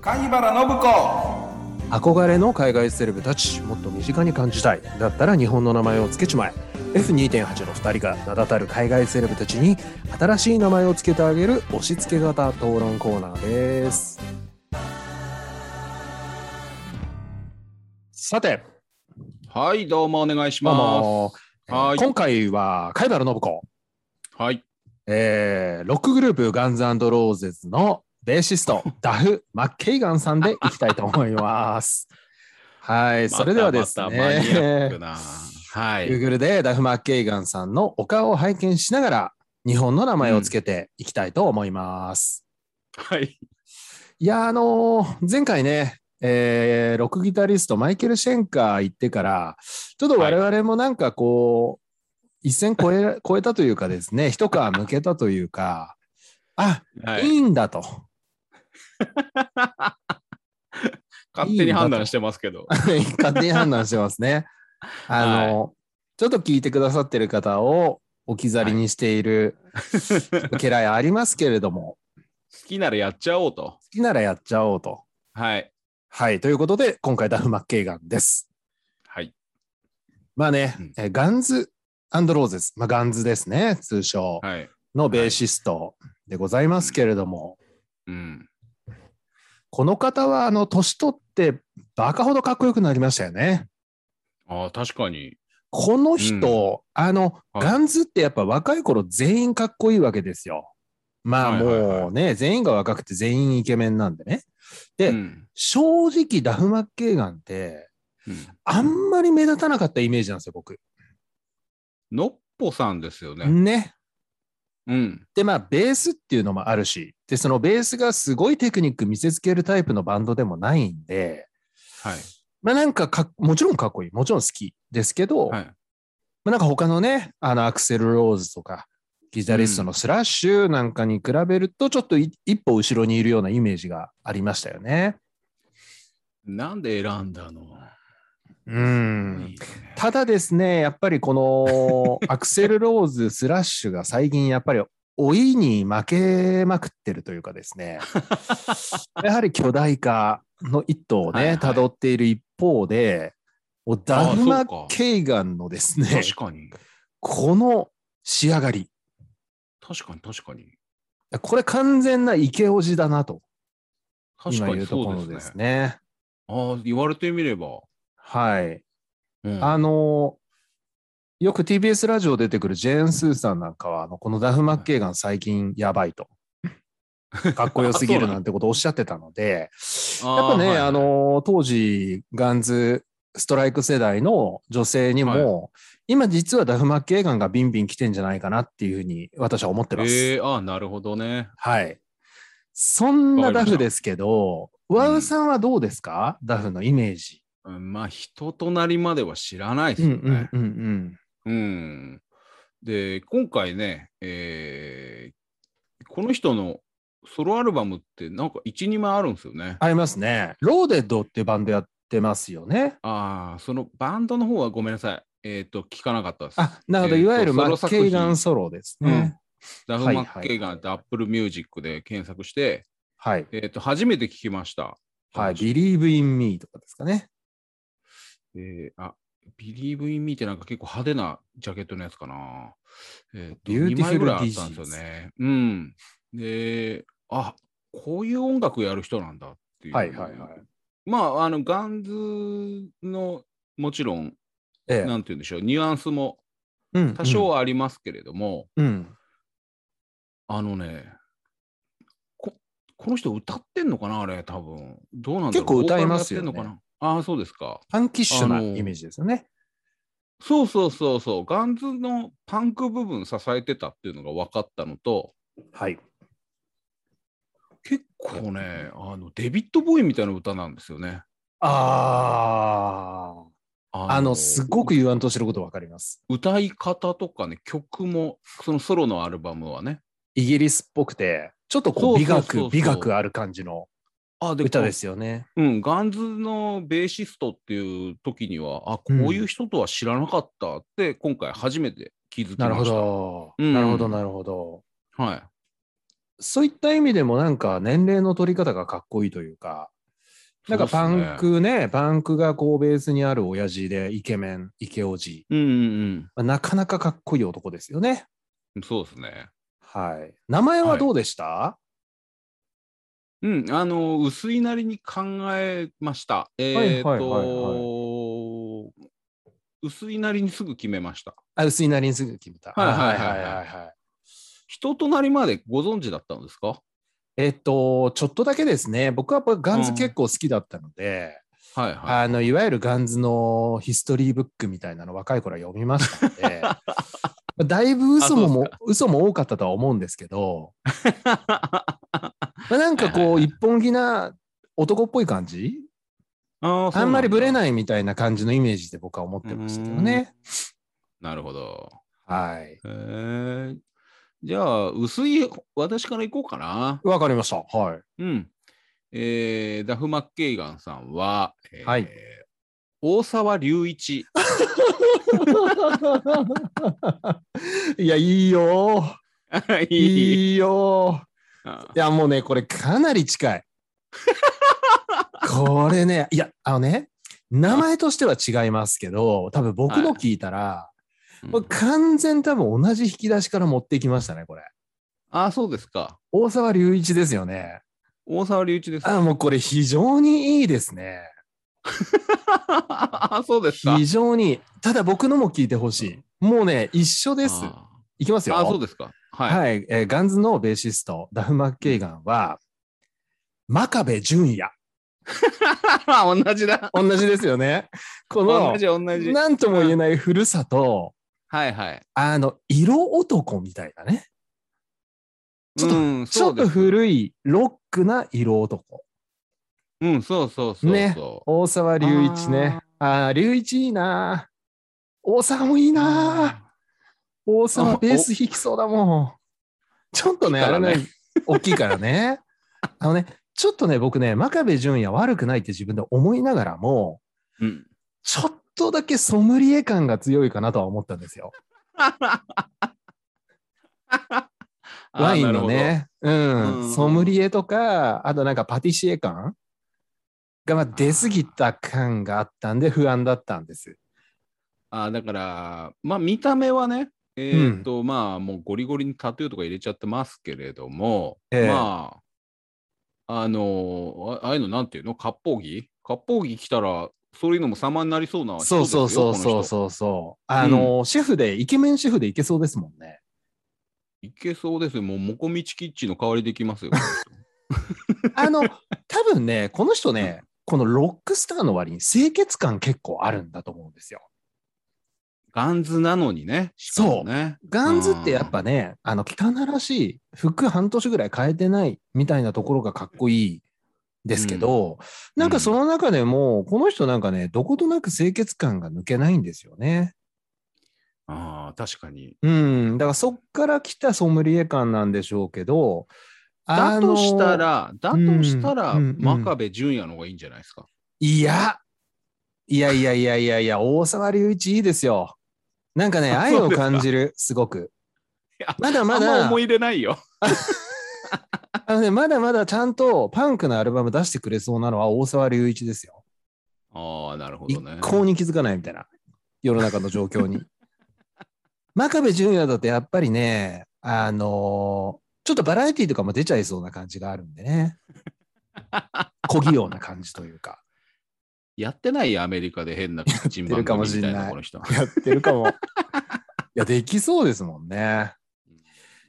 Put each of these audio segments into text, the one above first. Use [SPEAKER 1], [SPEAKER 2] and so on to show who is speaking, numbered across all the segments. [SPEAKER 1] 貝原信子
[SPEAKER 2] 憧れの海外セレブたちもっと身近に感じたいだったら日本の名前を付けちまえ F2.8 の2人が名だたる海外セレブたちに新しい名前を付けてあげる押し付け型討論コーナーですさて
[SPEAKER 1] はいどうもお願いし
[SPEAKER 2] どう
[SPEAKER 1] ま
[SPEAKER 2] も
[SPEAKER 1] はい
[SPEAKER 2] 今回は貝原信子、
[SPEAKER 1] すはい
[SPEAKER 2] えー、ロックグループガンズローゼズのベーシス トダフ・マッケイガンさんでいきたいと思います。 はい、それではです
[SPEAKER 1] またまたマニアック
[SPEAKER 2] ね、
[SPEAKER 1] なはい
[SPEAKER 2] Google でダフ・マッケイガンさんのお顔を拝見しながら、日本の名前をつけていきたいと思います。
[SPEAKER 1] はい
[SPEAKER 2] いやー、あのー前回ね、えーロックギタリストマイケル・シェンカー行ってから、ちょっと我々もなんかこう、一線超え 超えたというかですね、一皮向けたというか、あ、、
[SPEAKER 1] はい
[SPEAKER 2] い
[SPEAKER 1] い
[SPEAKER 2] んだと。
[SPEAKER 1] 勝手に判断してますけど
[SPEAKER 2] 勝手に判断してますね。あの、ちょっと聞いてくださってる方を置き去りにしている家来ありますけれども、
[SPEAKER 1] 好きならやっちゃおうと
[SPEAKER 2] 好きならやっちゃおうと。
[SPEAKER 1] はい
[SPEAKER 2] はい。ということで、今回ダフ・マッケイガンです。
[SPEAKER 1] はい
[SPEAKER 2] まあね、
[SPEAKER 1] うん
[SPEAKER 2] えーガンズローゼス、まあ、ガンズですね、通称
[SPEAKER 1] はい
[SPEAKER 2] のベーシストでございますけれども、
[SPEAKER 1] うん
[SPEAKER 2] この方は、あの、年取ってバカほどかっこよくなりましたよね。
[SPEAKER 1] ああ確かに
[SPEAKER 2] この人、あの、
[SPEAKER 1] はい
[SPEAKER 2] ガンズってやっぱ若い頃全員かっこいいわけですよ。まあ
[SPEAKER 1] はい
[SPEAKER 2] もう
[SPEAKER 1] はい
[SPEAKER 2] ね、
[SPEAKER 1] はい
[SPEAKER 2] 全員が若くて全員イケメンなんでね。で
[SPEAKER 1] うん
[SPEAKER 2] 正直ダフ・マッケイガンって、
[SPEAKER 1] うん
[SPEAKER 2] あんまり目立たなかったイメージなんですよ、僕。
[SPEAKER 1] のっぽさんですよね
[SPEAKER 2] ね。
[SPEAKER 1] うん
[SPEAKER 2] で、まあ、ベースっていうのもあるし、で、そのベースがすごいテクニック見せつけるタイプのバンドでもないんで、
[SPEAKER 1] はい
[SPEAKER 2] まあなんかかっもちろんかっこいい、もちろん好きですけど、
[SPEAKER 1] はい
[SPEAKER 2] まあ、なんか他のね、あのアクセル・ローズとか、ギタリストのスラッシュなんかに比べると、ちょっとい一歩後ろにいるようなイメージがありましたよね。
[SPEAKER 1] なんで選んだの
[SPEAKER 2] うん。ただですね、やっぱ りこのアクセル・ローズ、スラッシュが最近やっぱり老いに負けまくってるというかで すね、やはり巨大化の一途を
[SPEAKER 1] はいは
[SPEAKER 2] ね
[SPEAKER 1] い、
[SPEAKER 2] 辿っている一方で、もうダフマ・ケイガンのですね、
[SPEAKER 1] 確かに
[SPEAKER 2] この仕上がり。
[SPEAKER 1] 確かに確かに
[SPEAKER 2] これ完全なイケオジだなと
[SPEAKER 1] 確
[SPEAKER 2] 今
[SPEAKER 1] か
[SPEAKER 2] 言
[SPEAKER 1] に
[SPEAKER 2] うとこ
[SPEAKER 1] そう
[SPEAKER 2] ろ
[SPEAKER 1] で
[SPEAKER 2] ですす
[SPEAKER 1] ね
[SPEAKER 2] ね。
[SPEAKER 1] ああ言われてみれば
[SPEAKER 2] はい。
[SPEAKER 1] うん
[SPEAKER 2] あのーよく TBS ラジオ出てくるジェーン・スーさんなんかは、あのこのダフ・マッケイガン最近やばいと。かっこよすぎるなんてことをおっしゃってたの で、やっぱね、あのー当時、ガンズ、ストライク世代の女性にも、今実はダフ・マッケイガンがビンビン来てんじゃないかなっていうふうに私は思ってます。
[SPEAKER 1] ええああなるほどね
[SPEAKER 2] はい。そんな
[SPEAKER 1] わかりま
[SPEAKER 2] ダ
[SPEAKER 1] した
[SPEAKER 2] フですけど、ワウさんはどうですか、ダフのイメージ。
[SPEAKER 1] うんまあ人となりまでは知らないですよね
[SPEAKER 2] うんうん。
[SPEAKER 1] うん、で今回ねえーこの人のソロアルバムってなんか12枚あるんですよね
[SPEAKER 2] ありますね。ローデッドってバンドやってますよね。
[SPEAKER 1] ああそのバンドの方はごめんなさいえっ、と聞かなかったです
[SPEAKER 2] あ、なるほど。
[SPEAKER 1] えー
[SPEAKER 2] いわゆる
[SPEAKER 1] ソ
[SPEAKER 2] マ
[SPEAKER 1] ロ
[SPEAKER 2] ッ
[SPEAKER 1] 作
[SPEAKER 2] ケ
[SPEAKER 1] 品
[SPEAKER 2] イガンソロですね。
[SPEAKER 1] うんダフ・
[SPEAKER 2] はい
[SPEAKER 1] マッケイガンってアップルミュージックで検索して、
[SPEAKER 2] はい。
[SPEAKER 1] えっ、と、初めて聞きました。
[SPEAKER 2] はい。
[SPEAKER 1] ビ
[SPEAKER 2] Believe in Me とかですかね。
[SPEAKER 1] えーあ、Believe in Me ってなんか結構派手なジャケットのやつかな。えっ、と、
[SPEAKER 2] Beautiful
[SPEAKER 1] 2枚ぐらいあったんですよね。うん。で、あ、こういう音楽やる人なんだっていう。
[SPEAKER 2] はいはいはい。
[SPEAKER 1] まあ、あの、ガンズの、もちろん、
[SPEAKER 2] え
[SPEAKER 1] なんて言うんでしょう、ニュアンスも
[SPEAKER 2] えうん
[SPEAKER 1] 多少はありますけれども、
[SPEAKER 2] うん。うん
[SPEAKER 1] あのね、ここの人歌ってんのかなあれ、多分。どうなんだろう
[SPEAKER 2] 結構歌いますよね
[SPEAKER 1] ボーカルやってんのかなああ、そうですか。
[SPEAKER 2] パンキッシュ
[SPEAKER 1] あ
[SPEAKER 2] な
[SPEAKER 1] のー
[SPEAKER 2] イメージですよね。
[SPEAKER 1] そうそうそうそう。ガンズのパンク部分支えてたっていうのが分かったのと、
[SPEAKER 2] はい。
[SPEAKER 1] 結構ね、あのデビッド・ボーイみたいな歌なんですよね。
[SPEAKER 2] あー。
[SPEAKER 1] あ
[SPEAKER 2] あの、すごく言わんとしてることわかります。
[SPEAKER 1] 歌い方とかね、曲も、そのソロのアルバムはね。
[SPEAKER 2] イギリスっぽくて、ちょっとこう美
[SPEAKER 1] そうそうそうそう
[SPEAKER 2] 学、美学ある感じの
[SPEAKER 1] あで
[SPEAKER 2] 歌ですよね。
[SPEAKER 1] うん、ガンズのベーシストっていう時には、あこういう人とは知らなかったって、今回初めて気づきました。
[SPEAKER 2] なるほど。
[SPEAKER 1] うん
[SPEAKER 2] なるほど、なるほど。
[SPEAKER 1] はい。
[SPEAKER 2] そういった意味でもなんか年齢の取り方がかっこいいというか、なんかパンクね、パンクがこうベースにある親父でイケメン、イケおじ、
[SPEAKER 1] うんうん
[SPEAKER 2] まあなかなかかっこいい男ですよね。
[SPEAKER 1] うん。そうですね。
[SPEAKER 2] はい。名前はどうでした、
[SPEAKER 1] うん、あの、薄いなりに考えました。えーっ
[SPEAKER 2] はいはい
[SPEAKER 1] と、薄いなりにすぐ決めました。
[SPEAKER 2] あ、薄いなりにすぐ決めた。
[SPEAKER 1] はいはいはいはい
[SPEAKER 2] はい。
[SPEAKER 1] 人となりまでご存知だったんですか
[SPEAKER 2] えっと、ちょっとだけですね、僕はやっぱガン
[SPEAKER 1] う
[SPEAKER 2] ズ
[SPEAKER 1] ん
[SPEAKER 2] 結構好きだったので、
[SPEAKER 1] はいはい。
[SPEAKER 2] あのいわゆるガンズのヒストリーブックみたいなの若い頃は読みましたの でだいぶ嘘も
[SPEAKER 1] あそう
[SPEAKER 2] も
[SPEAKER 1] です
[SPEAKER 2] 嘘も多かったとは思うんです けど、まあ、なんか
[SPEAKER 1] はい
[SPEAKER 2] こう一本気な男っぽい感じ
[SPEAKER 1] あー
[SPEAKER 2] あんまりブレ
[SPEAKER 1] い。
[SPEAKER 2] ないみたいな感じのイメージで僕は思ってましたけどね。
[SPEAKER 1] なるほど。
[SPEAKER 2] はい。
[SPEAKER 1] へえ。じゃあ、薄い、私からいこうかな。
[SPEAKER 2] わかりました。はい。
[SPEAKER 1] うん。えーダフ・マッケイガンさんは、えー
[SPEAKER 2] はい
[SPEAKER 1] 大沢隆 一。
[SPEAKER 2] いや、いいよ。
[SPEAKER 1] いい
[SPEAKER 2] いいよ。
[SPEAKER 1] あ
[SPEAKER 2] いや、もうね、これかなり近い。これね、いや、あのね、名前としては違いますけど、多分僕の聞いたら、
[SPEAKER 1] うん
[SPEAKER 2] これ完全多分同じ引き出しから持ってきましたね、これ。
[SPEAKER 1] あ、そうですか。
[SPEAKER 2] 大沢隆一ですよね。
[SPEAKER 1] 大沢隆一です。
[SPEAKER 2] あ、もうこれ非常にいいですね。
[SPEAKER 1] あ、そうですか。
[SPEAKER 2] 非常に。ただ僕のも聞いてほしい。もうね、一緒です。
[SPEAKER 1] あ
[SPEAKER 2] いきます
[SPEAKER 1] ー
[SPEAKER 2] よ。
[SPEAKER 1] あそうですか。はい。
[SPEAKER 2] はい、えーガンズのベーシスト、ダフ・マッケイガンは、真壁 淳也。
[SPEAKER 1] 同じだ。
[SPEAKER 2] 同じですよね。この
[SPEAKER 1] 同じ、同じ。
[SPEAKER 2] なんとも言えない古さと、
[SPEAKER 1] はいはい。
[SPEAKER 2] あの、色男みたいなね。ちょっと
[SPEAKER 1] うん、
[SPEAKER 2] ちょ
[SPEAKER 1] そ
[SPEAKER 2] っ
[SPEAKER 1] うで
[SPEAKER 2] と
[SPEAKER 1] す
[SPEAKER 2] 古いロックな色男。
[SPEAKER 1] うん、そうそうそうそう。
[SPEAKER 2] ね大沢隆一ね。ああー、隆一いいな。大沢もいいな。大
[SPEAKER 1] あ
[SPEAKER 2] 沢
[SPEAKER 1] お
[SPEAKER 2] ベース弾きそうだもん。ちょっとね、
[SPEAKER 1] 大きい
[SPEAKER 2] あ
[SPEAKER 1] か
[SPEAKER 2] れ
[SPEAKER 1] らね
[SPEAKER 2] ね、大きいか らね。あのね、ちょっとね、僕ね、真壁淳也悪くないって自分で思いながらも、
[SPEAKER 1] うん。
[SPEAKER 2] ちょっとだけソムリエ感が強いかなとは思ったんですよ。
[SPEAKER 1] あー
[SPEAKER 2] ワインの。ね、う
[SPEAKER 1] うんうん
[SPEAKER 2] ん、ソムリエとか、あとなんかパティシエ感がまあ出過ぎた感があったんで不安だったんです。
[SPEAKER 1] なるほどあーだから、まあ見た目はね、えーっと、まあもうゴリゴリにタトゥーとか入れちゃってますけれども、
[SPEAKER 2] ええ
[SPEAKER 1] まあ、あのーあああいうのなんていうの割烹着割烹着着たら、そういうのも様になりそうな人です
[SPEAKER 2] そ
[SPEAKER 1] よ。
[SPEAKER 2] うそうそう
[SPEAKER 1] こ
[SPEAKER 2] そ
[SPEAKER 1] の
[SPEAKER 2] う
[SPEAKER 1] 人
[SPEAKER 2] そうそう。あの、シェフで、イケメンシェフでいけそうですもんね。
[SPEAKER 1] いけそうですよ。もう、もこみちキッチンの代わりできます よ。こ
[SPEAKER 2] あの、多分ね、この人ね、このロックスターの割に清潔感結構あるんだと思うんですよ。
[SPEAKER 1] ガンズなのにね。しかもね。
[SPEAKER 2] ガンズってやっぱね、あの、汚らしい、服半年ぐらい変えてないみたいなところがかっこいいですけど、
[SPEAKER 1] うん
[SPEAKER 2] なんかその中でも、この人なんかね、どことなく清潔感が抜けないんですよね。
[SPEAKER 1] ああ、確かに。
[SPEAKER 2] うん、だからそっから来たソムリエ感なんでしょうけど、
[SPEAKER 1] だ
[SPEAKER 2] あの
[SPEAKER 1] とした、ら、だとしたら、
[SPEAKER 2] うんうんうん
[SPEAKER 1] 真壁淳也の方がいいんじゃないですか。
[SPEAKER 2] いや、いやいやいやいやいや、大沢隆一いいですよ。なんかね、愛
[SPEAKER 1] そ
[SPEAKER 2] を
[SPEAKER 1] うですか
[SPEAKER 2] 感じる、すごく
[SPEAKER 1] いや。
[SPEAKER 2] まだま
[SPEAKER 1] あんま
[SPEAKER 2] だ
[SPEAKER 1] 思、い入れないよ。
[SPEAKER 2] あのね、まだまだちゃんとパンクのアルバム出してくれそうなのは大沢隆一ですよ。
[SPEAKER 1] ああ、なるほど
[SPEAKER 2] 一
[SPEAKER 1] ね。
[SPEAKER 2] 向に気づかないみたいな、世の中の状況に。 真壁純也だってやっぱりね、あのーちょっとバラエティとかも出ちゃいそうな感じがあるんでね。 小器用な感じというか。
[SPEAKER 1] やってないよアメリカで変なキッチン番組み たいな、こ
[SPEAKER 2] やってるかも
[SPEAKER 1] の人。
[SPEAKER 2] やってるか も。いや、できそうですもんね。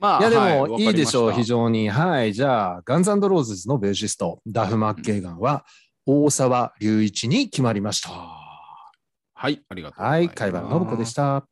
[SPEAKER 1] まあ、
[SPEAKER 2] いや、でも、
[SPEAKER 1] はい
[SPEAKER 2] いでしょう、
[SPEAKER 1] わかりまた
[SPEAKER 2] 非常に。はい、じゃあ、ガンズローズズのベーシスト、ダフ・マッケイガンは、大沢隆一に決まりました。
[SPEAKER 1] はい、ありがとうござ
[SPEAKER 2] はいい、
[SPEAKER 1] ます。
[SPEAKER 2] 貝原信子でした。